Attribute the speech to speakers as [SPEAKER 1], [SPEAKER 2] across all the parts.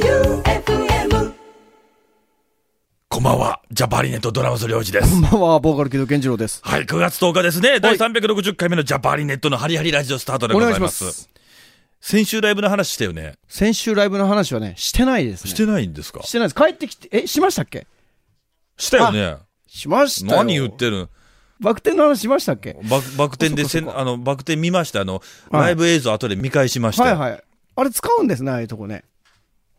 [SPEAKER 1] J-O-E-U-F-M
[SPEAKER 2] こんばんは、ジャパリネットドラムス領事です。
[SPEAKER 3] こんばんは、ボーカル木戸健次郎です。
[SPEAKER 2] はい、9月10日ですね、第360回目のジャパリネットのハリハリラジオスタートで
[SPEAKER 3] お
[SPEAKER 2] ござ
[SPEAKER 3] 願い
[SPEAKER 2] い
[SPEAKER 3] しま
[SPEAKER 2] ます。
[SPEAKER 3] す。
[SPEAKER 2] 先週ライブの話したよね。
[SPEAKER 3] 先週ライブの話はね、してないです、ね。
[SPEAKER 2] してないんですか
[SPEAKER 3] してないです。帰ってきて、え、しましたっけ
[SPEAKER 2] したよね。
[SPEAKER 3] しましたよ。
[SPEAKER 2] 何言ってる
[SPEAKER 3] バク転の話しましたっけ
[SPEAKER 2] バクバク転でせん、あの、バク転見ました。あの、ライブ映像後で見返しました
[SPEAKER 3] はい
[SPEAKER 2] よ。
[SPEAKER 3] はい。あれ使うんですね、ああいうとこね。。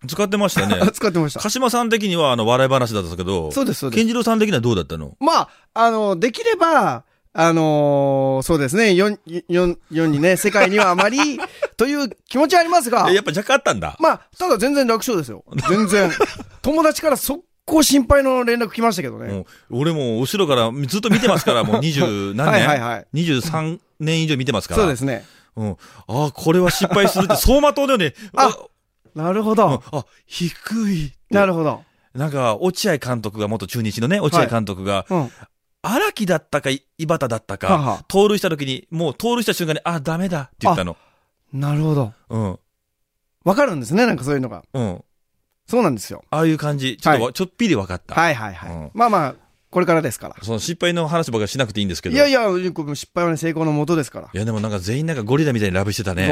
[SPEAKER 2] 使ってましたね
[SPEAKER 3] 使ってました。
[SPEAKER 2] 鹿島さん的には、あの、笑い話だったけど、
[SPEAKER 3] そうですそうです
[SPEAKER 2] 健次郎さん的にはどうだったの
[SPEAKER 3] まあ、あの、できれば、あのーそうですね、世世世にね、世界にはあま り、という気持ちはありますが
[SPEAKER 2] え、やっぱ若干あったんだ。
[SPEAKER 3] まあ、ただ全然楽勝ですよ。全然。友達から速攻心配の連絡来ましたけどね。
[SPEAKER 2] もう俺も後ろからずっと見てますから、もう二十何
[SPEAKER 3] はい
[SPEAKER 2] 年
[SPEAKER 3] はいはい
[SPEAKER 2] 二十三年以上見てますから。
[SPEAKER 3] そうですね。
[SPEAKER 2] うん。ああ、これは失敗するっ て、走馬灯だよね。
[SPEAKER 3] あなるほど。
[SPEAKER 2] あ、あ、低いって。
[SPEAKER 3] なるほど。
[SPEAKER 2] なんか、落合監督が、元中日のね、落合監督が、
[SPEAKER 3] うん。
[SPEAKER 2] 荒木だったか、い井端だった
[SPEAKER 3] は
[SPEAKER 2] か
[SPEAKER 3] は、
[SPEAKER 2] 盗塁した時に、もう盗塁した瞬間に、あ、ダメだって言ったの。
[SPEAKER 3] なるほど。
[SPEAKER 2] うん。
[SPEAKER 3] わかるんですね、なんかそういうのが。
[SPEAKER 2] うん。
[SPEAKER 3] そうなんですよ。
[SPEAKER 2] ああいう感じ、ちょっとわ、
[SPEAKER 3] は
[SPEAKER 2] ちょっぴり分かった。
[SPEAKER 3] はいはいはい。
[SPEAKER 2] うん
[SPEAKER 3] まあまあ、これからですから。
[SPEAKER 2] その失敗の話ばっかりしなくていいんですけど。
[SPEAKER 3] いやいや、これ失敗はね、成功のもとですから。
[SPEAKER 2] いやでもなんか全員なんかゴリラみたいにラブして たね。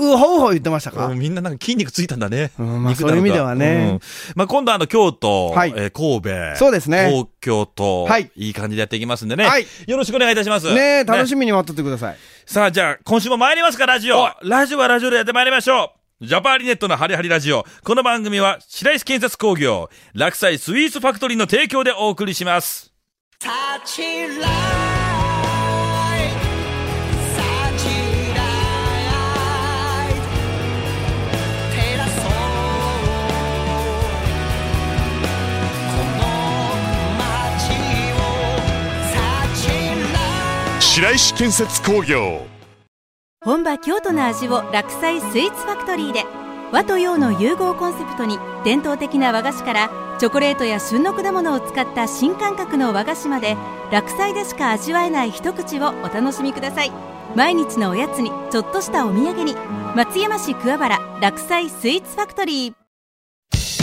[SPEAKER 3] うほうほう言ってました
[SPEAKER 2] う
[SPEAKER 3] か
[SPEAKER 2] んみんななんか筋肉ついたんだね。
[SPEAKER 3] うんまあ
[SPEAKER 2] 肉なのか
[SPEAKER 3] そういう意味ではね。
[SPEAKER 2] うんまあ今度はあの京都、
[SPEAKER 3] はい
[SPEAKER 2] えー神戸、
[SPEAKER 3] そうですね
[SPEAKER 2] 東京と、
[SPEAKER 3] はいい、
[SPEAKER 2] い感じでやっていきますんでね。
[SPEAKER 3] はい
[SPEAKER 2] よろしくお願いいたします。
[SPEAKER 3] ねえ、楽しみに待っててください。
[SPEAKER 2] さあじゃあ今週も参りますか、ラジオ。ラジオはラジオでやって参りましょう。ジャパーリネットのハリハリラジオ。この番組は白石建設工業、落西スイーツファクトリーの提供でお送りします。
[SPEAKER 1] 立ちライサチライ照らそうこの街をサチライ
[SPEAKER 4] 白石建設工業
[SPEAKER 5] 本場京都の味を落菜スイーツファクトリーで和と洋の融合コンセプトに伝統的な和菓子からチョコレートや旬の果物を使った新感覚の和菓子まで落菜でしか味わえない一口をお楽しみください毎日のおやつにちょっとしたお土産に松山市桑原落菜スイーツファクトリー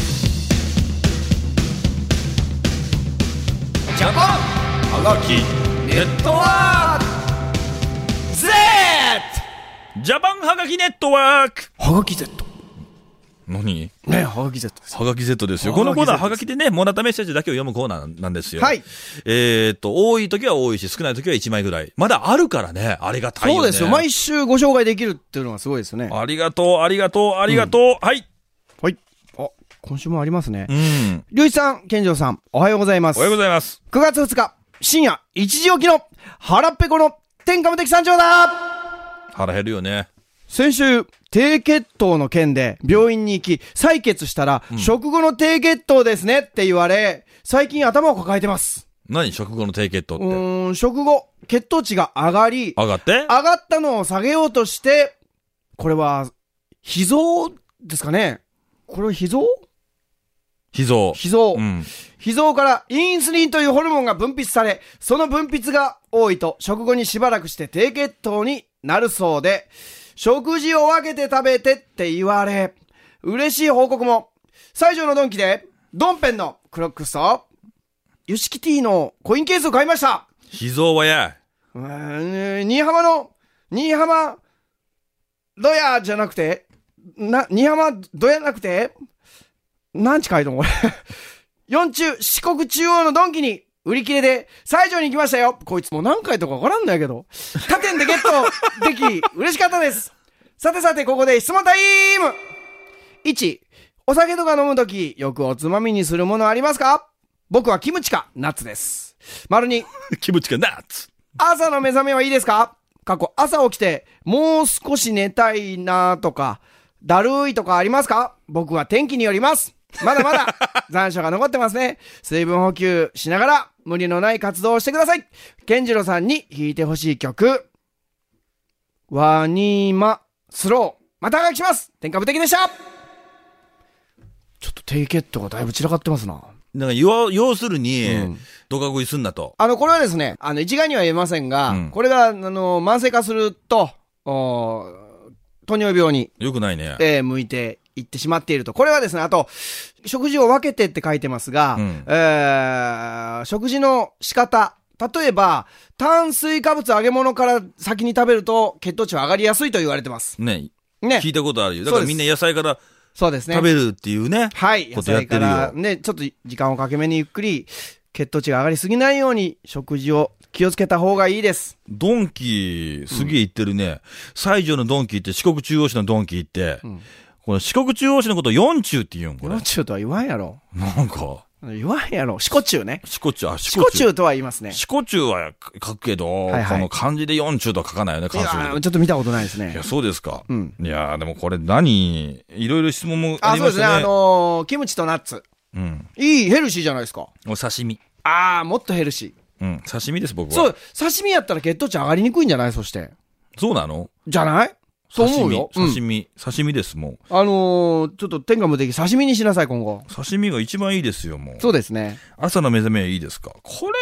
[SPEAKER 2] ジャパンハガキネットワーク
[SPEAKER 3] はがき Z。
[SPEAKER 2] 何
[SPEAKER 3] ねえ、はがき Z です。
[SPEAKER 2] はがき Z ですよ。
[SPEAKER 3] は
[SPEAKER 2] こ
[SPEAKER 3] が
[SPEAKER 2] の
[SPEAKER 3] き
[SPEAKER 2] コーナー
[SPEAKER 3] Z
[SPEAKER 2] はがきでね、もらったメッセージだけを読むコーナーなんですよ。
[SPEAKER 3] はい。
[SPEAKER 2] えーっと、多い時は多いし、少ない時は1枚ぐらい。まだあるからね、ありがたいよね。
[SPEAKER 3] そうですよ。毎週ご紹介できるっていうのがすごいですね。
[SPEAKER 2] ありがとう、ありがとう、ありがとう。はい。
[SPEAKER 3] はい。あ、今週もありますね
[SPEAKER 2] う。ん。
[SPEAKER 3] 龍一さん、健二さん、おはようございます。
[SPEAKER 2] おはようございます。
[SPEAKER 3] 9月2日、深夜1時起きの腹っぺこの天下無敵山頂だ
[SPEAKER 2] 腹減るよね。
[SPEAKER 3] 先週、低血糖の件で病院に行き、採血したら、食後の低血糖ですねって言われ、最近頭を抱えてます。
[SPEAKER 2] 何食後の低血糖っ
[SPEAKER 3] う
[SPEAKER 2] て。
[SPEAKER 3] ーん、食後、血糖値が上がり、
[SPEAKER 2] 上がって
[SPEAKER 3] 上がったのを下げようとして、これは、脾臓ですかねこれは脾臓
[SPEAKER 2] 脾臓。
[SPEAKER 3] 脾臓。
[SPEAKER 2] うん。
[SPEAKER 3] 脾臓からインスリンというホルモンが分泌され、その分泌が多いと食後にしばらくして低血糖になるそうで、食事を分けて食べてって言われ、嬉しい報告も、最上のドンキで、ドンペンのクロックスと、ユシキティのコインケースを買いました
[SPEAKER 2] 脾臓は や、
[SPEAKER 3] うーん新居浜の、新居浜、どやじゃなくて、な、新居浜どやなくて、なんち書いとんこれ。 四中、四国中央のドンキに、売り切れで、西条に行きましたよこいつもう何回とかわからんのやけど。他店でゲットでき、嬉しかったですさてさて、ここで質問タイム !1、お酒とか飲むとき、よくおつまみにするものありますか僕はキムチか、ナッツです。丸2、
[SPEAKER 2] キムチかナッツ。
[SPEAKER 3] 朝の目覚めはいいですか過去、朝起きて、もう少し寝たいなとか、だるいとかありますか僕は天気によります。まだまだ残暑が残ってますね。水分補給しながら無理のない活動をしてください。健次郎さんに弾いてほしい曲。ワニマスロー。またお会いします天下無敵でしたちょっと低血糖がだいぶ散らかってますな。
[SPEAKER 2] なんか、要要するに
[SPEAKER 3] うん、
[SPEAKER 2] ドカ食いすんなと。
[SPEAKER 3] あの、これはですね、あの、一概には言えませんが、
[SPEAKER 2] うん
[SPEAKER 3] これが、あの、慢性化すると、おー糖尿病に、
[SPEAKER 2] よくないね。
[SPEAKER 3] えー向いていってしまっていると。これはですね、あと、食事を分けてって書いてますが、
[SPEAKER 2] うん
[SPEAKER 3] えー食事の仕方。例えば、炭水化物揚げ物から先に食べると血糖値は上がりやすいと言われてます。
[SPEAKER 2] ね、
[SPEAKER 3] ね
[SPEAKER 2] 聞。いたことあるよ。だか
[SPEAKER 3] そ
[SPEAKER 2] ら
[SPEAKER 3] うで
[SPEAKER 2] み
[SPEAKER 3] す
[SPEAKER 2] んな野菜から
[SPEAKER 3] そうですね。
[SPEAKER 2] 食べるっていうね。
[SPEAKER 3] はい。
[SPEAKER 2] こ
[SPEAKER 3] 野
[SPEAKER 2] とやっ
[SPEAKER 3] 菜
[SPEAKER 2] てる
[SPEAKER 3] か
[SPEAKER 2] よ
[SPEAKER 3] ら、ね、ちょっと時間をかけめにゆっくり、血糖値が上がりすぎないように食事を気をつけた方がいいです。
[SPEAKER 2] ドンキー、すげえ行ってるね。西条のドンキーって四国中央市のドンキーって、この四国中央市のことを四中って言うんこれ
[SPEAKER 3] 四。中とは言わんやろ。
[SPEAKER 2] なんか、
[SPEAKER 3] 言わんやろ。四股中ね。
[SPEAKER 2] 四国中、あ、四
[SPEAKER 3] 四
[SPEAKER 2] 国
[SPEAKER 3] 股
[SPEAKER 2] 中。
[SPEAKER 3] 中とは言いますね。
[SPEAKER 2] 四国中は書くけど、
[SPEAKER 3] はいは
[SPEAKER 2] こ
[SPEAKER 3] い
[SPEAKER 2] の漢字で四中とは書かないよね、
[SPEAKER 3] い
[SPEAKER 2] 漢
[SPEAKER 3] や
[SPEAKER 2] 字
[SPEAKER 3] ーちょっと見たことないです
[SPEAKER 2] いや、
[SPEAKER 3] ね。
[SPEAKER 2] そうですか。
[SPEAKER 3] うん
[SPEAKER 2] いやーでもこれ何いろいろ質問もあ
[SPEAKER 3] あ、
[SPEAKER 2] りま
[SPEAKER 3] そうで
[SPEAKER 2] し
[SPEAKER 3] すね。
[SPEAKER 2] た
[SPEAKER 3] あ
[SPEAKER 2] ね。
[SPEAKER 3] のー、キムチとナッツ。
[SPEAKER 2] うん。
[SPEAKER 3] いい、ヘルシーじゃないですか。
[SPEAKER 2] お刺身。
[SPEAKER 3] あー、もっとヘルシ
[SPEAKER 2] うん。刺身です、僕
[SPEAKER 3] ー。
[SPEAKER 2] は。。
[SPEAKER 3] そうう、刺身やったら血糖値上がりにくいんじゃないそして。
[SPEAKER 2] そうなの
[SPEAKER 3] じゃないそう思うよ。
[SPEAKER 2] 刺身、刺
[SPEAKER 3] うん
[SPEAKER 2] 身、刺身です、もう。
[SPEAKER 3] あのー、ちょっと天下無敵、刺身にしなさい、今後。
[SPEAKER 2] 刺身が一番いいですよ、もう。
[SPEAKER 3] そうですね。
[SPEAKER 2] 朝の目覚めいいですかこれ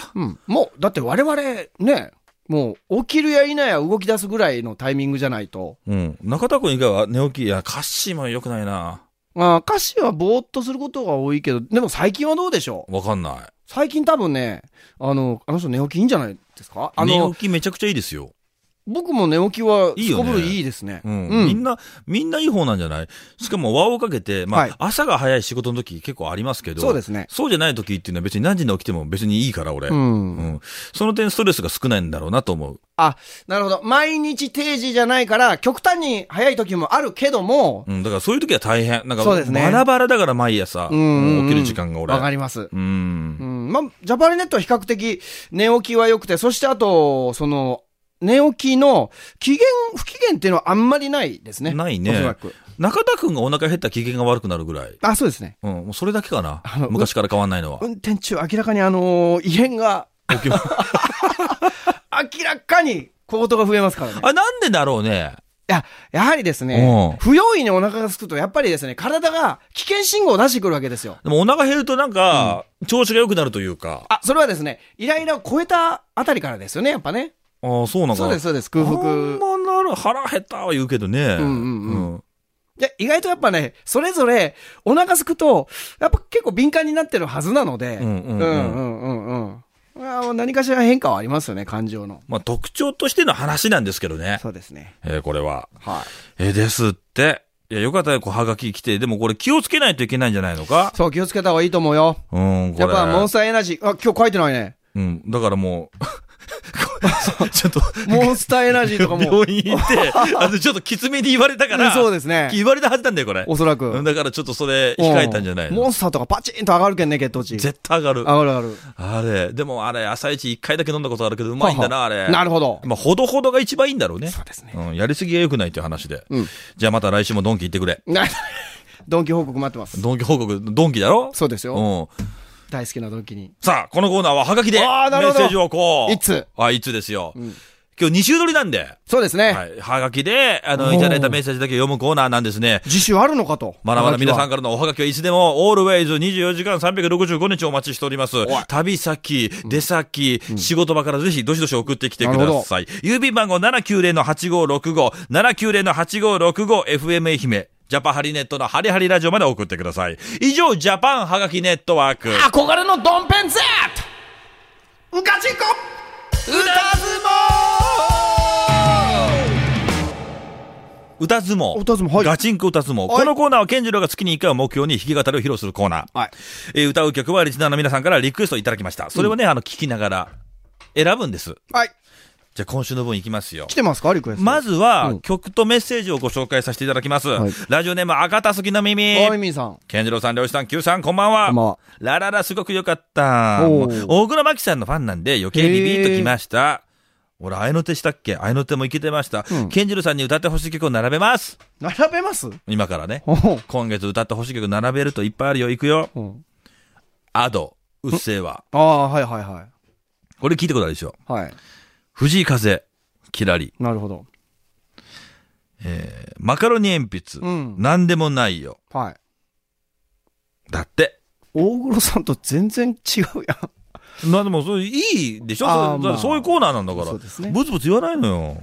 [SPEAKER 2] は、
[SPEAKER 3] うん。もう、だって我々、ね、もう、起きるや否や動き出すぐらいのタイミングじゃないと。
[SPEAKER 2] うん。中田君以外は寝起き、いや、カッシーも良くないな。
[SPEAKER 3] あー歌詞はぼーっとすることが多いけど、でも最近はどうでしょう
[SPEAKER 2] わかんない。
[SPEAKER 3] 最近多分ね、あの、あの人寝起きいいんじゃないですかあ
[SPEAKER 2] 寝
[SPEAKER 3] の、
[SPEAKER 2] 起きめちゃくちゃいいですよ。
[SPEAKER 3] 僕も寝起きは、
[SPEAKER 2] いい
[SPEAKER 3] す
[SPEAKER 2] よ
[SPEAKER 3] こ
[SPEAKER 2] ね
[SPEAKER 3] ぶるいいですね。
[SPEAKER 2] うん。みんな、みんないい方なんじゃないしかも輪をかけて、まあ、
[SPEAKER 3] はい
[SPEAKER 2] 朝が早い仕事の時結構ありますけど。
[SPEAKER 3] そうですね
[SPEAKER 2] そうじゃない時っていうのは別に何時に起きても別にいいから、俺。
[SPEAKER 3] うん
[SPEAKER 2] うん。その点ストレスが少ないんだろうなと思う。
[SPEAKER 3] あ、なるほど。毎日定時じゃないから、極端に早い時もあるけども、
[SPEAKER 2] うん。だからそういう時は大変。なんか、
[SPEAKER 3] そうですね
[SPEAKER 2] バラバラだから毎朝、もう起きる時間が俺。
[SPEAKER 3] わかります。
[SPEAKER 2] う。
[SPEAKER 3] うんん。まあ、ジャパネネットは比較的寝起きは良くて、そしてあと、その、寝起きの期限、不期限っていうのはあんまりないですね。
[SPEAKER 2] ないね
[SPEAKER 3] おそらく。
[SPEAKER 2] 中田君がお腹減ったら機嫌が悪くなるぐらい。
[SPEAKER 3] あ、そうですね。
[SPEAKER 2] うん。もうそれだけかな
[SPEAKER 3] あの。
[SPEAKER 2] 昔から変わんないのは。
[SPEAKER 3] 運転中、明らかにあのー異変が、
[SPEAKER 2] 起きます
[SPEAKER 3] 明らかに、行動が増えますからね。
[SPEAKER 2] あ、なんでだろうね。
[SPEAKER 3] いや、やはりですね、
[SPEAKER 2] う
[SPEAKER 3] 不用意にお腹が空くと、やっぱりですね、体が危険信号を出してくるわけですよ。
[SPEAKER 2] でもお腹減るとなんか、調子が良くなるというか。
[SPEAKER 3] あ、それはですね、イライラを超えたあたりからですよね、やっぱね。
[SPEAKER 2] ああ、そうなのか
[SPEAKER 3] そう
[SPEAKER 2] な
[SPEAKER 3] です、そうです、空腹。
[SPEAKER 2] あんまなる、腹減ったは言うけどね。うん
[SPEAKER 3] うんいや、意外とやっぱね、それぞれ、お腹すくと、やっぱ結構敏感になってるはずなので、
[SPEAKER 2] うんうん
[SPEAKER 3] う
[SPEAKER 2] うんん
[SPEAKER 3] うんうんうんあー何かしら変化はありますよね、感情の。
[SPEAKER 2] まあ特徴としての話なんですけどね。
[SPEAKER 3] そうですね。
[SPEAKER 2] えーこれは。
[SPEAKER 3] はい。
[SPEAKER 2] えーですって。いや、よかったよ、こう、はがき来て。でもこれ気をつけないといけないんじゃないのか
[SPEAKER 3] そう、気をつけた方がいいと思うよ。
[SPEAKER 2] うん、こ
[SPEAKER 3] や
[SPEAKER 2] れ。
[SPEAKER 3] っぱ、モンスターエナジー、あ、今日書いてない ね。
[SPEAKER 2] うん、だからも う、ちょっと、
[SPEAKER 3] モンスターエナジーとかも。
[SPEAKER 2] 病院行って、あの、ちょっときつめに言われたから、
[SPEAKER 3] そうですね
[SPEAKER 2] 言われたはずなんだよ、これ。
[SPEAKER 3] おそらく。
[SPEAKER 2] うんだからちょっとそれ、控えたんじゃない
[SPEAKER 3] うんモ
[SPEAKER 2] の
[SPEAKER 3] ンスターとかパチンと上がるけんね、血糖値。
[SPEAKER 2] 絶対上がる。
[SPEAKER 3] 上がる上がる。
[SPEAKER 2] あれ、でもあれ、朝一一回だけ飲んだことあるけど、うまいんだな、あれ。
[SPEAKER 3] なるほど。
[SPEAKER 2] まあ、ほどほどが一番いいんだろうね。
[SPEAKER 3] そうですね。
[SPEAKER 2] うん、やりすぎが良くないという話で。
[SPEAKER 3] うん
[SPEAKER 2] じゃあまた来週もドンキ行ってくれ。
[SPEAKER 3] な ドンキ報告待ってます。
[SPEAKER 2] ドンキ報告、ドンキだろ
[SPEAKER 3] そうですよ。
[SPEAKER 2] うん。
[SPEAKER 3] 大好きなドンキに。
[SPEAKER 2] さあ、このコーナーはハガキで、メ
[SPEAKER 3] あーな
[SPEAKER 2] ッ
[SPEAKER 3] るほど
[SPEAKER 2] セージをこう。
[SPEAKER 3] いつ
[SPEAKER 2] あ、いつですよ。今日2週撮りなんで、
[SPEAKER 3] そうですね。
[SPEAKER 2] はい、はがきで、あ
[SPEAKER 3] お
[SPEAKER 2] の、
[SPEAKER 3] ー
[SPEAKER 2] いただいたメッセージだけ読むコーナーなんですね。
[SPEAKER 3] 自習あるのかと。
[SPEAKER 2] まだまだ皆さん
[SPEAKER 3] が。
[SPEAKER 2] からのおはがきはいつでも、オールウェイズ24時間365日お待ちしております。旅先、出先、仕事場からぜひどしどし送ってきてく
[SPEAKER 3] なるほ
[SPEAKER 2] ださい。郵便番号790-8565、790-8565、FM 愛媛。ジャパハリネットのハリハリラジオまで送ってください。以上、ジャパンはがきネットワーク。
[SPEAKER 3] 憧れの
[SPEAKER 1] um
[SPEAKER 3] ドンペンゼットうかちんこ
[SPEAKER 2] 歌相撲。
[SPEAKER 3] 歌相撲はい
[SPEAKER 2] ガチンコ歌相撲。
[SPEAKER 3] はい
[SPEAKER 2] このコーナーは、健次郎が月に1回を目標に弾き語りを披露するコーナー。
[SPEAKER 3] はい
[SPEAKER 2] えー歌う曲はリスナーの皆さんからリクエストいただきました。それをね、あの、聞きながら選ぶんです。
[SPEAKER 3] はい。
[SPEAKER 2] じゃあ今週の分いきますよ
[SPEAKER 3] 来。てますかリクエスト。
[SPEAKER 2] まずは、
[SPEAKER 3] うん
[SPEAKER 2] 曲とメッセージをご紹介させていただきます。
[SPEAKER 3] はい
[SPEAKER 2] ラジオネーム赤たすきの耳。
[SPEAKER 3] おみみさん。
[SPEAKER 2] 健次郎さん、漁師さん、Q さん、こんばんは。
[SPEAKER 3] こんばんは
[SPEAKER 2] ラララ、すごく良かった。
[SPEAKER 3] おう
[SPEAKER 2] もう大黒摩季さんのファンなんで余計ビビッときました。俺、合いの手したっけ合いの手もいけてました。健次郎さんに歌ってほしい曲を並べます。
[SPEAKER 3] 並べます
[SPEAKER 2] 今からね。
[SPEAKER 3] おう
[SPEAKER 2] 今月歌ってほしい曲並べるといっぱいあるよ。いくよ。
[SPEAKER 3] うん
[SPEAKER 2] アド、うっせぇわ。
[SPEAKER 3] ああ、はいはいは
[SPEAKER 2] これ聞いたことあるでしょ。
[SPEAKER 3] い。はい。
[SPEAKER 2] 藤井風、キラリ。
[SPEAKER 3] なるほど。
[SPEAKER 2] マカロニ鉛筆、
[SPEAKER 3] うん
[SPEAKER 2] なんでもないよ。
[SPEAKER 3] はい。
[SPEAKER 2] だって。
[SPEAKER 3] 大黒さんと全然違うやん。
[SPEAKER 2] なでもそれいいでしょ
[SPEAKER 3] あ
[SPEAKER 2] そう
[SPEAKER 3] ー
[SPEAKER 2] だってそういうコーナーなんだから
[SPEAKER 3] そうですね
[SPEAKER 2] ブツブツ言わないのよ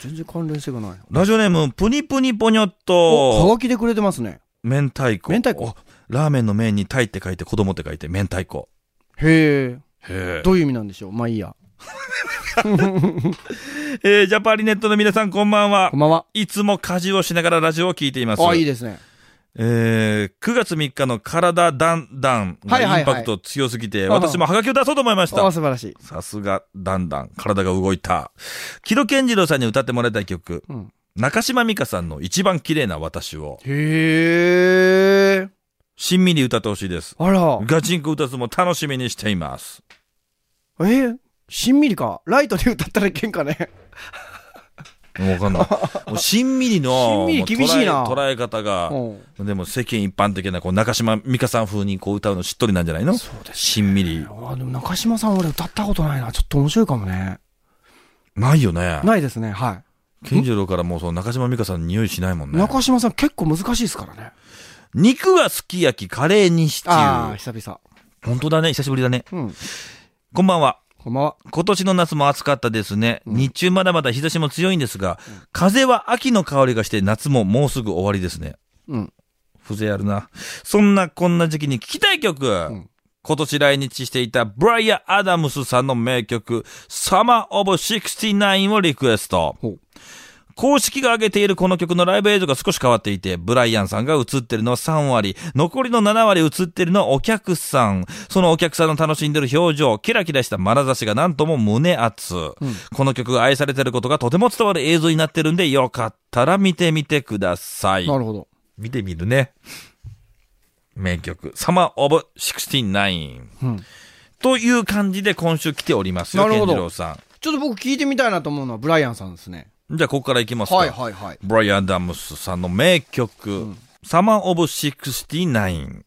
[SPEAKER 3] 全然関連性がないな。
[SPEAKER 2] ラジオネームプニプニポニョッ
[SPEAKER 3] お、は
[SPEAKER 2] ト
[SPEAKER 3] がきでくれてますね。
[SPEAKER 2] 明太子
[SPEAKER 3] 明太子
[SPEAKER 2] おラーメンの麺にタイって書いて子供って書いて明太子
[SPEAKER 3] へえ。
[SPEAKER 2] へ
[SPEAKER 3] どういう意味なんでしょうまあいいや。
[SPEAKER 2] ええージャパリネットの皆さんこんばんは
[SPEAKER 3] こんばんは。
[SPEAKER 2] いつも家事をしながらラジオを聞いています
[SPEAKER 3] あ、いいですね。
[SPEAKER 2] えー、9月3日の体ダンダンが
[SPEAKER 3] はいはいはい
[SPEAKER 2] インパクト強すぎて、
[SPEAKER 3] うんうん
[SPEAKER 2] 私もハガキを出そうと思いまし
[SPEAKER 3] あ、
[SPEAKER 2] た。
[SPEAKER 3] 素晴らしい。
[SPEAKER 2] さすがダンダン、体が動いた。木戸健次郎さんに歌ってもらいたい曲、
[SPEAKER 3] うん
[SPEAKER 2] 中島美嘉さんの一番綺麗な私を、
[SPEAKER 3] へえ。
[SPEAKER 2] しんみり歌ってほしいです。
[SPEAKER 3] あら。
[SPEAKER 2] ガチンコ歌つも楽しみにしています。
[SPEAKER 3] えー、しんみりか。ライトで歌ったらいけんかね。
[SPEAKER 2] もうわかん ない。もうしんみりの、
[SPEAKER 3] しんみり厳しい
[SPEAKER 2] も
[SPEAKER 3] な
[SPEAKER 2] う捉え捉え方が、
[SPEAKER 3] うん
[SPEAKER 2] でも世間一般的な、こう、中島美嘉さん風にこう歌うのしっとりなんじゃないのしんみり。
[SPEAKER 3] あ、でも中島さん俺歌ったことないな。ちょっと面白いかもね。
[SPEAKER 2] ないよね。
[SPEAKER 3] ないですね。はい。
[SPEAKER 2] 健次郎からもうその中島美香さんの匂いしないもんね。
[SPEAKER 3] 中島さん結構難しいですからね。
[SPEAKER 2] 肉はすき焼き、カレーにシチ
[SPEAKER 3] あ
[SPEAKER 2] ュ
[SPEAKER 3] あ、
[SPEAKER 2] ー。
[SPEAKER 3] 久々。
[SPEAKER 2] 本当だね、久しぶりだね。
[SPEAKER 3] うん。
[SPEAKER 2] こんばんは。
[SPEAKER 3] こんばんは。
[SPEAKER 2] 今年の夏も暑かったですね。日中まだまだ日差しも強いんですが、風は秋の香りがして夏ももうすぐ終わりですね。
[SPEAKER 3] うん。
[SPEAKER 2] 風情あるな。そんなこんな時期に聴きたい曲、
[SPEAKER 3] ん
[SPEAKER 2] 今年来日していたブライアン・アダムスさんの名曲、サマー・オブ・69をリクエスト
[SPEAKER 3] ほう。
[SPEAKER 2] 公式が上げているこの曲のライブ映像が少し変わっていて、ブライアンさんが映ってるのは3割、残りの7割映ってるのはお客さん。そのお客さんの楽しんでる表情、キラキラした眼差しがなんとも胸熱。この曲が愛されてることがとても伝わる映像になってるんで、よかったら見てみてください。
[SPEAKER 3] なるほど。
[SPEAKER 2] 見てみるね。名曲、サマーオブ69。
[SPEAKER 3] うん。
[SPEAKER 2] という感じで今週来ておりますよ、
[SPEAKER 3] なる
[SPEAKER 2] 健
[SPEAKER 3] ほど
[SPEAKER 2] 次郎さ
[SPEAKER 3] ちょっと僕聞いてみたいなと思うのはブライアンさんですね。
[SPEAKER 2] ん。じゃあ、ここからいきますか。
[SPEAKER 3] はいはいはい。
[SPEAKER 2] ブライアン・アダムスさんの名曲、サマーオブ69。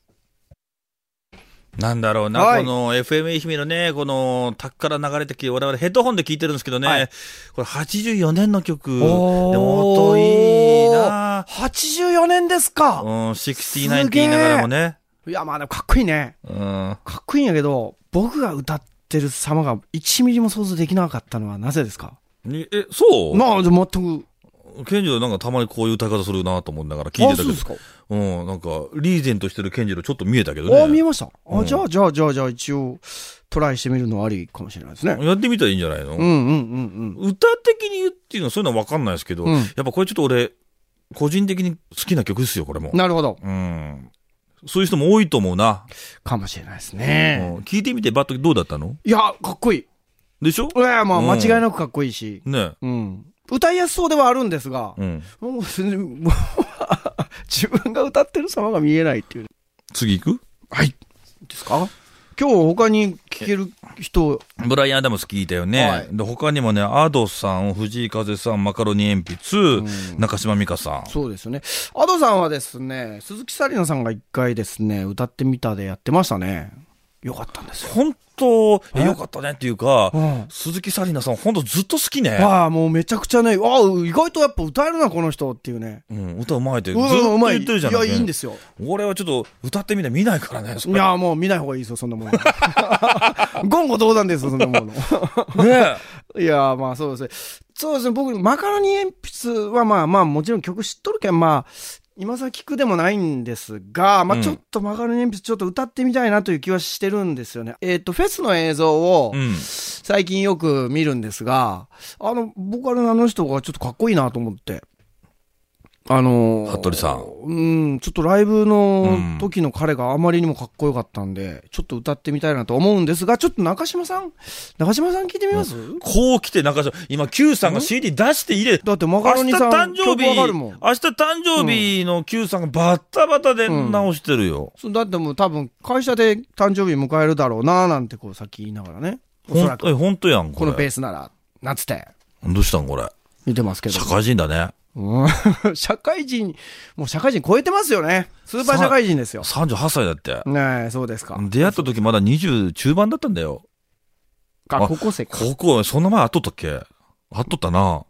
[SPEAKER 2] なんだろうな、
[SPEAKER 3] はい
[SPEAKER 2] この FM 愛媛のね、このタッから流れてきて、我々ヘッドホンで聞いてるんですけどね、
[SPEAKER 3] はい
[SPEAKER 2] これ84年の曲、で
[SPEAKER 3] おー
[SPEAKER 2] も音いいな
[SPEAKER 3] 84年ですか
[SPEAKER 2] うん、69って言いながらもね、
[SPEAKER 3] いや、まあでもかっこいいね。
[SPEAKER 2] うん、
[SPEAKER 3] かっこいいんやけど、僕が歌ってる様が1ミリも想像できなかったのはなぜですか
[SPEAKER 2] にえ、そう
[SPEAKER 3] まあ、全く。
[SPEAKER 2] ケンジロなんかたまにこういう歌い方するなと思いながら聞いてたけど。
[SPEAKER 3] か。
[SPEAKER 2] うん、なんか、リーゼントしてるケンジロちょっと見えたけど
[SPEAKER 3] ああ、見え
[SPEAKER 2] ね。
[SPEAKER 3] ました。
[SPEAKER 2] う
[SPEAKER 3] あ
[SPEAKER 2] ん
[SPEAKER 3] じゃあ、じゃあ、じゃあ、じゃあ、一応、トライしてみるのはありかもしれないですね。
[SPEAKER 2] やってみたらいいんじゃないの、
[SPEAKER 3] うんうんうん
[SPEAKER 2] 歌的に言うっていうのはそういうのはわかんないですけど、
[SPEAKER 3] うん
[SPEAKER 2] やっぱこれちょっと俺、個人的に好きな曲ですよ、これも
[SPEAKER 3] うん。。なるほど。
[SPEAKER 2] うん。そういう人も多いと思うな。
[SPEAKER 3] かもしれないです
[SPEAKER 2] う
[SPEAKER 3] ね。
[SPEAKER 2] ん。聞いてみて、バッとどうだったの
[SPEAKER 3] いや、かっこいい。
[SPEAKER 2] でしょ
[SPEAKER 3] いや、まあ、
[SPEAKER 2] うん
[SPEAKER 3] 間違いなくかっこいいし。
[SPEAKER 2] ね
[SPEAKER 3] うん。歌いやすそうではあるんですが、
[SPEAKER 2] うん。
[SPEAKER 3] もう全然、もう自分が歌ってる様が見えないっていう。
[SPEAKER 2] 次行く
[SPEAKER 3] はい。ですか今日他に聴ける人、
[SPEAKER 2] ブライアン・アダムス聞いたよね。
[SPEAKER 3] はい
[SPEAKER 2] で、他にもね、アドさん、藤井風さん、マカロニ鉛筆、中島美香さん。
[SPEAKER 3] そうですよね。アドさんはですね、鈴木紗理奈さんが一回ですね、歌ってみたでやってましたね。よかったんですよ。
[SPEAKER 2] 本当、えよかったねっていうか、
[SPEAKER 3] うん
[SPEAKER 2] 鈴木紗理奈さん、本当ずっと好きね。
[SPEAKER 3] ああ、もうめちゃくちゃね、ああ、意外とやっぱ歌えるな、この人っていうね。
[SPEAKER 2] うん、歌うまいって、ず
[SPEAKER 3] う
[SPEAKER 2] っ
[SPEAKER 3] ん
[SPEAKER 2] と
[SPEAKER 3] うまい。
[SPEAKER 2] 言ってるじゃない
[SPEAKER 3] いや、いいんですよ。
[SPEAKER 2] 俺はちょっと歌ってみて見ないからね、そ
[SPEAKER 3] い
[SPEAKER 2] れ
[SPEAKER 3] や、もう見ない方がいいですよ、そんなもの。 言語道断ですよ、そんなもの。
[SPEAKER 2] ね
[SPEAKER 3] いや、まあそうですね。そうですね、僕、マカロニ鉛筆はまあまあ、もちろん曲知っとるけん、まあ、今さ聞くでもないんですが、ま
[SPEAKER 2] う
[SPEAKER 3] あ
[SPEAKER 2] ん
[SPEAKER 3] ちょっとマカロニ鉛筆ちょっと歌ってみたいなという気はしてるんですよね。えっ、と、フェスの映像を、
[SPEAKER 2] うん。
[SPEAKER 3] 最近よく見るんですが、あの、ボーカルのあの人がちょっとかっこいいなと思って。あのー、
[SPEAKER 2] 服部さん
[SPEAKER 3] うん、ちょっとライブ
[SPEAKER 2] うん
[SPEAKER 3] の時の彼があまりにもかっこよかったんで、ちょっと歌ってみたいなと思うんですが、ちょっと中島さん、中島さん聞いてみます、
[SPEAKER 2] こう来て、なんか、今、Q さんが CD 出して入れ、
[SPEAKER 3] だってマ
[SPEAKER 2] 明
[SPEAKER 3] カロ
[SPEAKER 2] 日
[SPEAKER 3] ニさ
[SPEAKER 2] 誕
[SPEAKER 3] ん、
[SPEAKER 2] 生
[SPEAKER 3] 曲
[SPEAKER 2] 日、
[SPEAKER 3] わか
[SPEAKER 2] 明
[SPEAKER 3] る
[SPEAKER 2] 日
[SPEAKER 3] もん。
[SPEAKER 2] 誕生日の Q さんがバッタバタで直してるよ。
[SPEAKER 3] そうだってもう多分会社で誕生日迎えるだろうななんてこうさっき言いながらね。おそ
[SPEAKER 2] ほん
[SPEAKER 3] ら
[SPEAKER 2] と、え
[SPEAKER 3] く、
[SPEAKER 2] ほんとやん、こ
[SPEAKER 3] このベ
[SPEAKER 2] れ。
[SPEAKER 3] ースなら、なんつって、
[SPEAKER 2] どうしたん、これ。
[SPEAKER 3] 見てますけど
[SPEAKER 2] 社。会人だね。
[SPEAKER 3] うん 社会人、もう社会人超えてますよね。スーパー社会人ですよ。
[SPEAKER 2] 38歳だって。
[SPEAKER 3] ねえ、そうですか。
[SPEAKER 2] 出会った時まだ20中盤だったんだよ。
[SPEAKER 3] あ、高校生か。
[SPEAKER 2] 高校、そんな前あっとったっけあっとったな。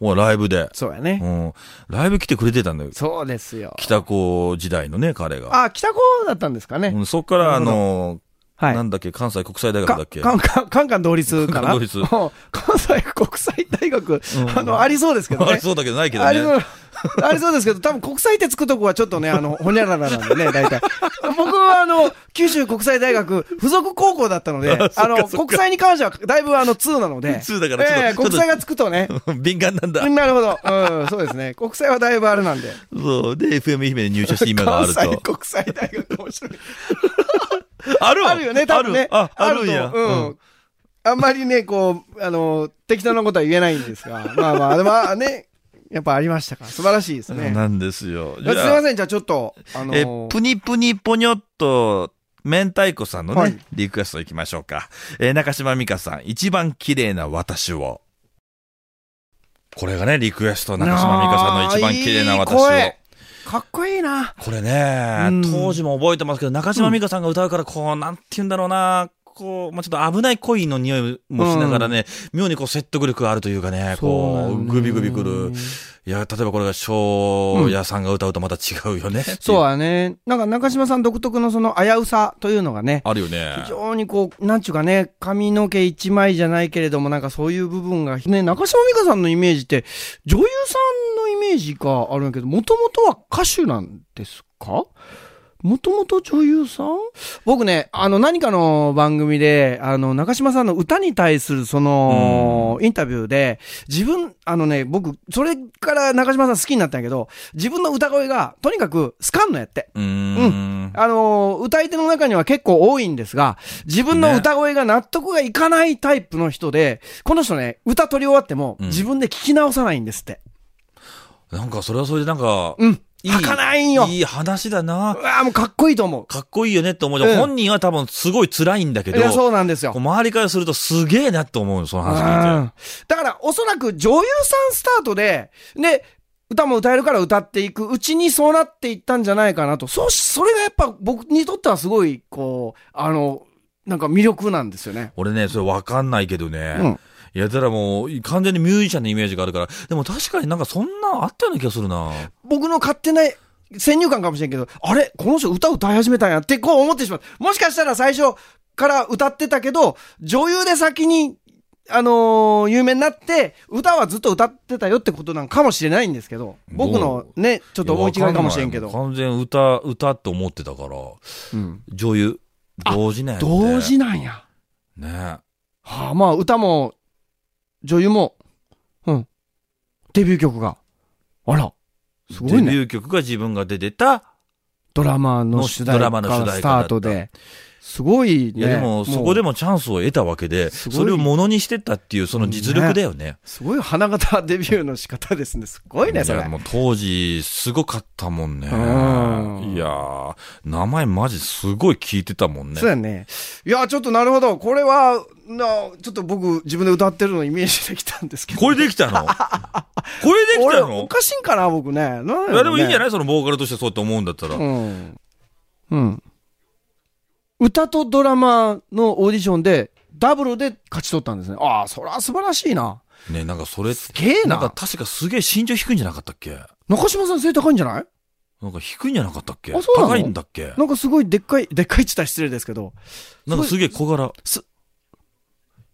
[SPEAKER 2] ほら、ライブで。
[SPEAKER 3] そうやね
[SPEAKER 2] う。ん。ライブ来てくれてたんだよ。
[SPEAKER 3] そうですよ。
[SPEAKER 2] 北高時代のね、彼が。
[SPEAKER 3] あ、北高だったんですかね。
[SPEAKER 2] うんそっから、あ
[SPEAKER 3] なるほ
[SPEAKER 2] の、
[SPEAKER 3] はい
[SPEAKER 2] なんだっけ、関西国際大学だ
[SPEAKER 3] か
[SPEAKER 2] っけ。
[SPEAKER 3] カンカンカンカン同率
[SPEAKER 2] カ
[SPEAKER 3] かな
[SPEAKER 2] ンカン同率
[SPEAKER 3] うん 関西国際大学、あの、ありそうですけど
[SPEAKER 2] あ
[SPEAKER 3] ね
[SPEAKER 2] り。そうだけどないけど
[SPEAKER 3] ありそ
[SPEAKER 2] ね。
[SPEAKER 3] う、ありそうですけど、多分国際ってつくとこはちょっとね、あの、ほにゃららなんで ね、大体。僕はあの、九州国際大学附属高校だったの で、あの、国際に関してはだいぶあの、2なので。
[SPEAKER 2] 2だからちょっと
[SPEAKER 3] ええ
[SPEAKER 2] ちょっと
[SPEAKER 3] 国際がつく とね。
[SPEAKER 2] 敏感なんだ。
[SPEAKER 3] なるほど。うん、そうですね。国際はだいぶあれなんで。
[SPEAKER 2] そう。で、FM 姫に入社して今があ
[SPEAKER 3] 関
[SPEAKER 2] る
[SPEAKER 3] 西
[SPEAKER 2] と。
[SPEAKER 3] 国際大学面白い。
[SPEAKER 2] あるわ
[SPEAKER 3] あるよね、多分ね。
[SPEAKER 2] あるあるん
[SPEAKER 3] と
[SPEAKER 2] や。
[SPEAKER 3] う
[SPEAKER 2] うん
[SPEAKER 3] ん。あんまりね、こう、あの、適当なことは言えないんですが、まあまあ、でもまあね、やっぱありましたから、素晴らしいですね。
[SPEAKER 2] なんですよ。
[SPEAKER 3] すいません、じゃあちょっと、あの
[SPEAKER 2] え、ぷにぷにぽにょっと、明太子さんのね、
[SPEAKER 3] はい
[SPEAKER 2] リクエストいきましょうか。えー中島美香さん、一番綺麗な私を。これがね、リクエスト、中島美香さんの一番綺麗な私を。
[SPEAKER 3] あーいい声かっこいいな。
[SPEAKER 2] これね
[SPEAKER 3] うん、
[SPEAKER 2] 当時も覚えてますけど、中島美香さんが歌うから、こう、なんて言うんだろうな、こう、まあ、ちょっと危ない恋の匂いもしながらね、妙にこう説得力があるというかね、こう、グビグビくる。いや、例えばこれが翔也さんが歌うとまた違うよね。
[SPEAKER 3] そうだね。なんか中島さん独特のその危うさというのがね、
[SPEAKER 2] あるよね
[SPEAKER 3] 非。常にこう、なんちゅうかね、髪の毛一枚じゃないけれども、なんかそういう部分が、ね、中島美香さんのイメージって、女優さんのイメージがあるんだけど、もともとは歌手なんですかもともと女優さん僕ね、あの、何かの番組で、あの、中島さんの歌に対する、その、インタビューで、自分、あのね、僕、それから中島さん好きになったんやけど、自分の歌声が、とにかく、好かんのやって。
[SPEAKER 2] うーん。
[SPEAKER 3] あのー歌い手の中には結構多いんですが、自分の歌声が納得がいかないタイプの人で、この人ね、歌取り終わっても、
[SPEAKER 2] うん
[SPEAKER 3] 自分で聞き直さないんですって。
[SPEAKER 2] なんか、それはそれでなんか、
[SPEAKER 3] うん。
[SPEAKER 2] いい
[SPEAKER 3] 吐かないんよ。
[SPEAKER 2] いい話だな
[SPEAKER 3] う。わーもうかっこいいと思
[SPEAKER 2] かっこいいよねって思うじゃん。
[SPEAKER 3] うん
[SPEAKER 2] 本人は多分すごい辛いんだけ
[SPEAKER 3] う。
[SPEAKER 2] ど、
[SPEAKER 3] いや、
[SPEAKER 2] こ
[SPEAKER 3] そうなんですよ
[SPEAKER 2] う。周りからするとすげえなって思うよ、その話聞いて。
[SPEAKER 3] うんだから、おそらく女優さんスタートで、で、歌も歌えるから歌っていくうちにそうなっていったんじゃないかなと。そうし、それがやっぱ僕にとってはすごい、こう、あの、なんか魅力なんですよね。
[SPEAKER 2] 俺ね、それわかんないけどね。
[SPEAKER 3] うん
[SPEAKER 2] いや、だからもう、完全にミュージシャンのイメージがあるから、でも確かになんかそんなんあったような気がするな。
[SPEAKER 3] 僕の勝手な先入観かもしれんけど、あれこの人歌歌い始めたんやってこう思ってしまう。もしかしたら最初から歌ってたけど、女優で先に、あのー有名になって、歌はずっと歌ってたよってことなんかもしれないんですけど、僕のね、ちょっと思い違いかもしれんけ
[SPEAKER 2] い
[SPEAKER 3] ど
[SPEAKER 2] や。わかんないもう完全歌、歌って思ってたから、
[SPEAKER 3] うん
[SPEAKER 2] 女優、同時ね。
[SPEAKER 3] 同時なんや。
[SPEAKER 2] ね。
[SPEAKER 3] はあ、まあ歌も、女優も、うん。デビュー曲が。あら、すごい
[SPEAKER 2] デ
[SPEAKER 3] ね。
[SPEAKER 2] ビュー曲が自分が出てた。
[SPEAKER 3] ドラマの主題
[SPEAKER 2] ドラマ
[SPEAKER 3] 歌
[SPEAKER 2] の主題歌だった
[SPEAKER 3] スタートで。すごい
[SPEAKER 2] い
[SPEAKER 3] ね。
[SPEAKER 2] や、でも、そこでもチャンスを得たわけで、
[SPEAKER 3] すごい
[SPEAKER 2] それをものにしてったっていう、その実力だよね。
[SPEAKER 3] すごい花形デビューの仕方ですね。すごいね、そ
[SPEAKER 2] い
[SPEAKER 3] れ
[SPEAKER 2] や、。もう当時、すごかったもんね。
[SPEAKER 3] うん
[SPEAKER 2] いやー、名前マジすごい聞いてたもんね
[SPEAKER 3] そう。やね。いや、ちょっとなるほど。これは、なちょっと僕、自分で歌ってるのイメージできたんですけど。
[SPEAKER 2] これできた のこれでき
[SPEAKER 3] 俺、
[SPEAKER 2] た
[SPEAKER 3] お
[SPEAKER 2] の
[SPEAKER 3] かしいんかな、僕ね。なんやろうね
[SPEAKER 2] いや、でもいいんじゃないそのボーカルとしてそうって思うんだったら。
[SPEAKER 3] うん。うん。歌とドラマのオーディションで、ダブルで勝ち取ったんですね。ああ、そら素晴らしいな。
[SPEAKER 2] ね、なんかそれ、
[SPEAKER 3] すげえ
[SPEAKER 2] なんか
[SPEAKER 3] な。
[SPEAKER 2] 確かすげえ身長低いんじゃなかったっけ
[SPEAKER 3] 中島さん背高いんじゃない
[SPEAKER 2] なんか低いんじゃなかったっけ
[SPEAKER 3] あそうなの
[SPEAKER 2] 高いんだっけ
[SPEAKER 3] なんかすごいでっかい、でっかいって言ったら失礼ですけど、
[SPEAKER 2] なんかすげえ小柄。す、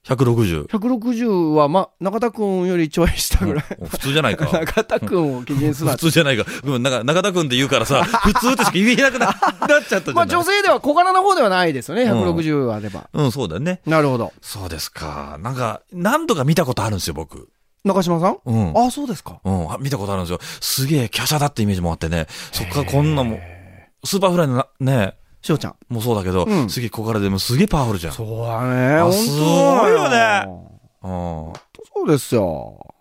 [SPEAKER 2] 160。
[SPEAKER 3] 160は、ま、中田くんよりちょい下ぐらい。
[SPEAKER 2] もう普通じゃないか。
[SPEAKER 3] 中田くんを基準にすな
[SPEAKER 2] 普。通じゃないか。ごめん、なんか、中田くんって言うから さ、普通ってしか言えなくななっちゃったじゃない。
[SPEAKER 3] まあ女性では小柄な方ではないですよね、160あれば。
[SPEAKER 2] うん、そうだね。
[SPEAKER 3] なるほど。
[SPEAKER 2] そうですか。なんか、何度か見たことあるんですよ、僕。
[SPEAKER 3] 中島さん
[SPEAKER 2] うん。
[SPEAKER 3] あ、そうですか。
[SPEAKER 2] うん、あ見たことあるんですよ。すげえ華奢だってイメージもあってね。そっからこんなもん、スーパーフライのなね、
[SPEAKER 3] しおちゃん。
[SPEAKER 2] もうそうだけど、
[SPEAKER 3] うん
[SPEAKER 2] すげえ小柄でもすげえパワフルじゃん。う。
[SPEAKER 3] そうだね
[SPEAKER 2] あ
[SPEAKER 3] 本当
[SPEAKER 2] すごいよね
[SPEAKER 3] だよ
[SPEAKER 2] ん。
[SPEAKER 3] そうですよ。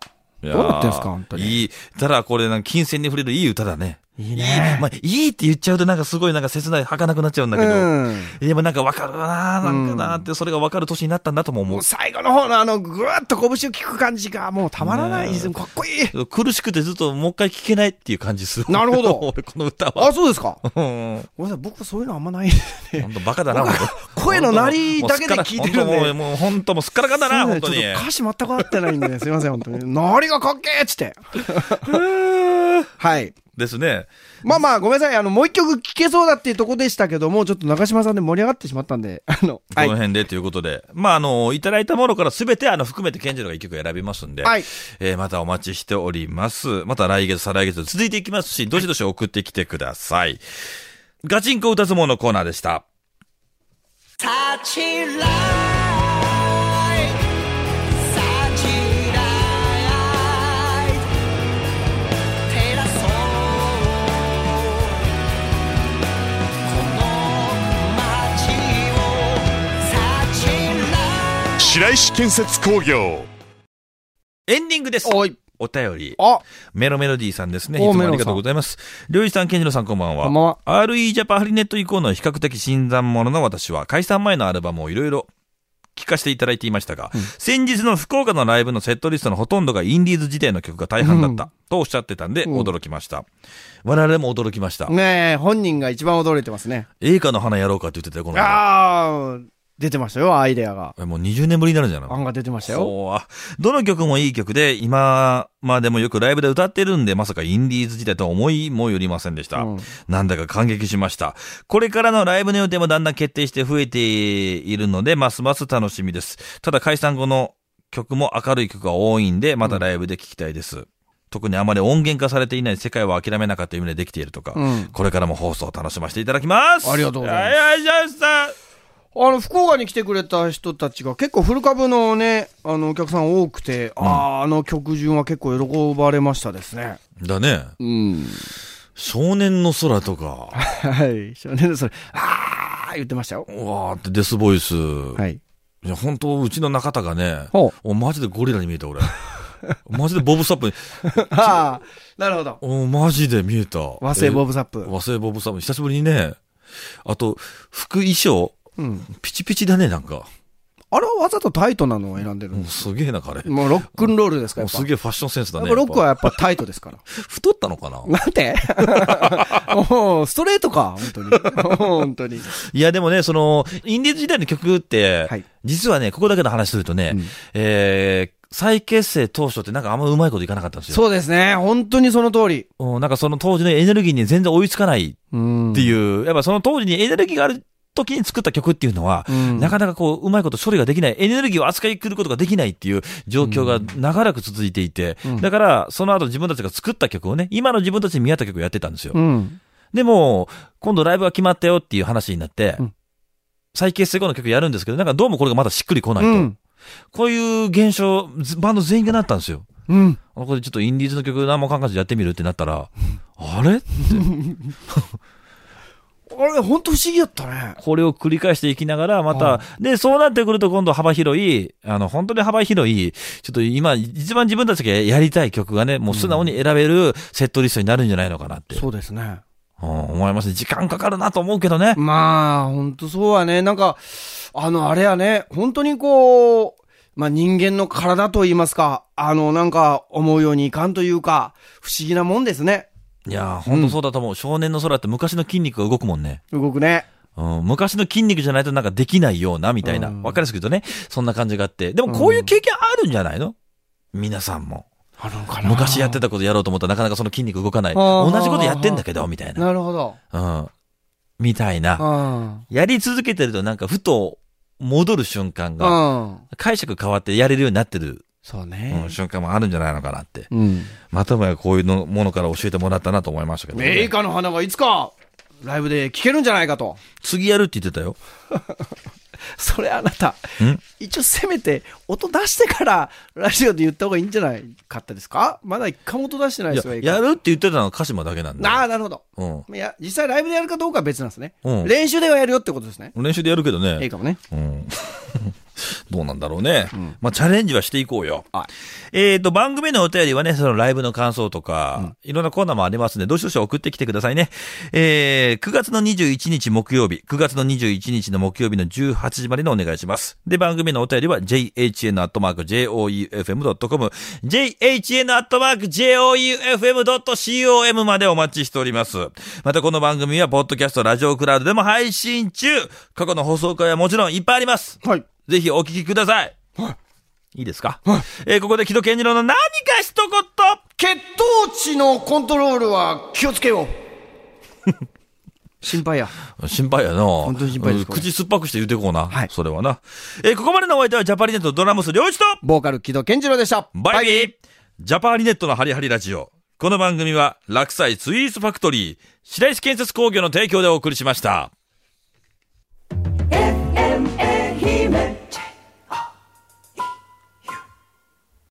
[SPEAKER 2] ど
[SPEAKER 3] どうなってんすか本当に
[SPEAKER 2] いい。ただこれ、なんか金銭に触れるいい歌だね。
[SPEAKER 3] い
[SPEAKER 2] い
[SPEAKER 3] い
[SPEAKER 2] い
[SPEAKER 3] ね。
[SPEAKER 2] まあ、いいって言っちゃうとなんかすごいなんか切ない、儚くなっちゃうんだけど。
[SPEAKER 3] うん
[SPEAKER 2] でもなんかわかるななんかなって、それがわかる年になったんだとも思
[SPEAKER 3] もう
[SPEAKER 2] う。
[SPEAKER 3] 最後の方のあの、ぐわっと拳を聞く感じが、もうたまらない。かっこいい。
[SPEAKER 2] 苦しくてずっともう一回聴けないっていう感じする。
[SPEAKER 3] なるほど
[SPEAKER 2] 俺この歌は。
[SPEAKER 3] あ、そうですか。
[SPEAKER 2] うん。
[SPEAKER 3] ごめんなさい、僕そういうのあんまないんでね。
[SPEAKER 2] 本当バカだな、
[SPEAKER 3] 僕
[SPEAKER 2] 本当
[SPEAKER 3] 声の鳴りだけで聞いてるん
[SPEAKER 2] もうすっから
[SPEAKER 3] で。
[SPEAKER 2] もう本当もうすっからかんだな、
[SPEAKER 3] すいませ
[SPEAKER 2] 本
[SPEAKER 3] ん
[SPEAKER 2] 当に。
[SPEAKER 3] ちょっと歌詞全く合ってないんでね、すいません、本当に。何がかっけーっつって。はい。
[SPEAKER 2] ですね。
[SPEAKER 3] まあまあ、ごめんなさい。あの、もう一曲聴けそうだっていうとこでしたけども、ちょっと中島さんで盛り上がってしまったんで、 あの、
[SPEAKER 2] こ
[SPEAKER 3] はい
[SPEAKER 2] の。辺でということで、まあ、あの、いただいたものからすべて、あの、含めて、ケンジロが一曲選びますんで、
[SPEAKER 3] はい
[SPEAKER 2] えーまたお待ちしております。また来月、再来月と続いていきますし、どしどし送ってきてください。ガチンコ歌相撲のコーナーでした。
[SPEAKER 1] 立ちらい立ちらい照らそうこの街を立ちらい
[SPEAKER 4] 白石建設工業
[SPEAKER 2] エンディングです。
[SPEAKER 3] おい。
[SPEAKER 2] お便り。
[SPEAKER 3] あ、
[SPEAKER 2] メロメロディーさんですね。い
[SPEAKER 3] お
[SPEAKER 2] つも
[SPEAKER 3] メ
[SPEAKER 2] あ
[SPEAKER 3] ロ
[SPEAKER 2] りがとうございます。りょうじさん、ケンジロさん、こんばんは。
[SPEAKER 3] こんばんは
[SPEAKER 2] RE ジャパンハリネット以降の比較的新参者の私は、解散前のアルバムをいろいろ聞かせていただいていましたが、先日の福岡のライブのセットリストのほとんどがインディーズ時代の曲が大半だった、とおっしゃってたんで、
[SPEAKER 3] うん
[SPEAKER 2] 驚きました。我々も驚きました。
[SPEAKER 3] ねえ、本人が一番驚いてますね。
[SPEAKER 2] 映画の花やろうかって言ってたよ、この間。
[SPEAKER 3] ああ、出てましたよ、アイデアが。
[SPEAKER 2] もう20年ぶりになるんじゃない
[SPEAKER 3] 案が出てましたよ。
[SPEAKER 2] そうあどの曲もいい曲で、今までもよくライブで歌ってるんで、まさかインディーズ時代とは思いもよりませんでした。
[SPEAKER 3] うん
[SPEAKER 2] なんだか感激しました。これからのライブの予定もだんだん決定して増えているので、ますます楽しみです。ただ解散後の曲も明るい曲が多いんで、またライブで聴きたいです。特にあまり音源化されていない世界を諦めなかった夢でできているとか、
[SPEAKER 3] うん
[SPEAKER 2] これからも放送を楽しませていただきます。
[SPEAKER 3] ありがとうございます
[SPEAKER 2] ありがとうございました
[SPEAKER 3] あの、福岡に来てくれた人たちが結構フル株のね、あの、お客さん多くて、ああ、あの曲順は結構喜ばれましたですね。
[SPEAKER 2] だね。
[SPEAKER 3] うん。
[SPEAKER 2] 少年の空とか。
[SPEAKER 3] はい。少年のそれ、ああ、言ってましたよ。
[SPEAKER 2] うわーってデスボイス。
[SPEAKER 3] はい。
[SPEAKER 2] いや、本当うちの中田がね、
[SPEAKER 3] ほ
[SPEAKER 2] おマジでゴリラに見えた、俺。マジでボブサップに、
[SPEAKER 3] ああ、なるほど。
[SPEAKER 2] おマジで見えた。
[SPEAKER 3] 和製ボ
[SPEAKER 2] ブ
[SPEAKER 3] ブサップ。
[SPEAKER 2] 和製ボブサップ、久しぶりにね。あと、服衣装、
[SPEAKER 3] うん。
[SPEAKER 2] ピチピチだね、なんか。
[SPEAKER 3] あれはわざとタイトなのを選んでる
[SPEAKER 2] もうすげえな、彼。も
[SPEAKER 3] もうロックンロールですから、
[SPEAKER 2] う
[SPEAKER 3] やっぱ。
[SPEAKER 2] すげえファッションセンスだ
[SPEAKER 3] や
[SPEAKER 2] ね。
[SPEAKER 3] っぱロックは
[SPEAKER 2] やっ
[SPEAKER 3] やっぱタイトですから。
[SPEAKER 2] ぱ太ったのかな
[SPEAKER 3] なんて もう、ストレートか、本当に。 本当に。
[SPEAKER 2] いや、でもね、その、インディーズ時代の曲って、
[SPEAKER 3] はい
[SPEAKER 2] 実はね、ここだけの話するとね、
[SPEAKER 3] うん
[SPEAKER 2] えー、再結成当初ってなんかあんまうまいこといかなかったんですよ。
[SPEAKER 3] そうですね。本当にその通り。
[SPEAKER 2] うんなんかその当時のエネルギーに全然追いつかない
[SPEAKER 3] うん
[SPEAKER 2] っていう、やっぱその当時にエネルギーがある時に作った曲っていうのは、
[SPEAKER 3] うん
[SPEAKER 2] なかなかこう、うまいこと処理ができない、エネルギーを扱いくることができないっていう状況が長らく続いていて、
[SPEAKER 3] うん
[SPEAKER 2] だから、その後自分たちが作った曲をね、今の自分たちに見合った曲をやってたんですよ。
[SPEAKER 3] うん。
[SPEAKER 2] でも、今度ライブが決まったよっていう話になって、
[SPEAKER 3] うん
[SPEAKER 2] 再結成後の曲やるんですけど、なんかどうもこれがまだしっくりこないうと。
[SPEAKER 3] ん。
[SPEAKER 2] こういう現象、ずバンド全員がなったんですよ。
[SPEAKER 3] うん。
[SPEAKER 2] あこれちょっとインディーズの曲何も考えずやってみるってなったら、あれ
[SPEAKER 3] あれ、本当不思議だったね。
[SPEAKER 2] これを繰り返していきながら、また
[SPEAKER 3] は、
[SPEAKER 2] で、そうなってくると今度幅広い、あの、本当に幅広い、ちょっと今、一番自分たちがやりたい曲がね、もう素直に選べるセットリストになるんじゃないのかなって、
[SPEAKER 3] そうですね。
[SPEAKER 2] うん思いますね。時間かかるなと思うけどね。
[SPEAKER 3] まあ、本当そうはね。なんか、あの、あれやね、本当にこう、まあ人間の体と言いますか、あの、なんか思うようにいかんというか、不思議なもんですね。
[SPEAKER 2] いやー、本当そうだと思う。少年の空って昔の筋肉が動くもんね。
[SPEAKER 3] 動くね。
[SPEAKER 2] うん、昔の筋肉じゃないとなんかできないような、みたいな。
[SPEAKER 3] うん
[SPEAKER 2] わかりやすく言うとね、そんな感じがあって。でもこういう経験あるんじゃないの皆さんも。
[SPEAKER 3] あのか
[SPEAKER 2] 昔やってたことやろうと思ったらなかなかその筋肉動かない。
[SPEAKER 3] あー
[SPEAKER 2] 同じことやってんだけど、みたいな。
[SPEAKER 3] なるほど。
[SPEAKER 2] うん。みたいな。
[SPEAKER 3] うん。
[SPEAKER 2] やり続けてるとなんかふと戻る瞬間が、
[SPEAKER 3] うん。
[SPEAKER 2] 解釈変わってやれるようになってる、
[SPEAKER 3] そう
[SPEAKER 2] う
[SPEAKER 3] ね
[SPEAKER 2] ん。瞬間もあるんじゃないのかなって。
[SPEAKER 3] うん。
[SPEAKER 2] またもやこういうのものから教えてもらったなと思いましたけど、
[SPEAKER 3] メー
[SPEAKER 2] ね。
[SPEAKER 3] カーの花がいつか、ライブで聴けるんじゃないかと。
[SPEAKER 2] 次やるって言ってたよ。
[SPEAKER 3] それあなた、一応せめて音出してからラジオで言った方がいいんじゃないかったですかまだ一回も音出してない
[SPEAKER 2] い
[SPEAKER 3] で
[SPEAKER 2] や
[SPEAKER 3] すよ、、
[SPEAKER 2] やるって言ってたのは鹿島だけなん
[SPEAKER 3] あ
[SPEAKER 2] だ
[SPEAKER 3] あ、なるほど。
[SPEAKER 2] よ。
[SPEAKER 3] いや、実際ライブでやるかどうかは別なんですね。
[SPEAKER 2] うん
[SPEAKER 3] 練習ではやるよってことですね。
[SPEAKER 2] うん。練習でやるけどね。
[SPEAKER 3] いいかもね。
[SPEAKER 2] うん。どうなんだろうね。まあ、チャレンジはしていこうよ。
[SPEAKER 3] はい
[SPEAKER 2] えっ、と、番組のお便りはね、そのライブの感想とか、いろんなコーナーもありますんで、どしどし送ってきてくださいね。えー、9月の21日木曜日、9月の21日の木曜日の18時までのお願いします。で、番組のお便りは、jhn.joufm.com、jhn.joufm.com までお待ちしております。また、この番組は、ポッドキャスト、ラジオクラウドでも配信中過去の放送回はもちろんいっぱいあります
[SPEAKER 3] はい。
[SPEAKER 2] ぜひお聞きください。いいですか、えーここで木戸健二郎の何か一言
[SPEAKER 3] 血糖値のコントロールは気をつ けよう。心配や。
[SPEAKER 2] 心配やな。本
[SPEAKER 3] 当に心配ですこれ
[SPEAKER 2] 口酸っぱくして言うてこうな。
[SPEAKER 3] はい
[SPEAKER 2] それはな。えーここまでのお相手はジャパリネットドラムス両一と、
[SPEAKER 3] ボーカル、木戸健次郎でした。
[SPEAKER 2] バイビージャパリネットのハリハリラジオ。この番組は、落栽スイーツファクトリー、白石建設工業の提供でお送りしました。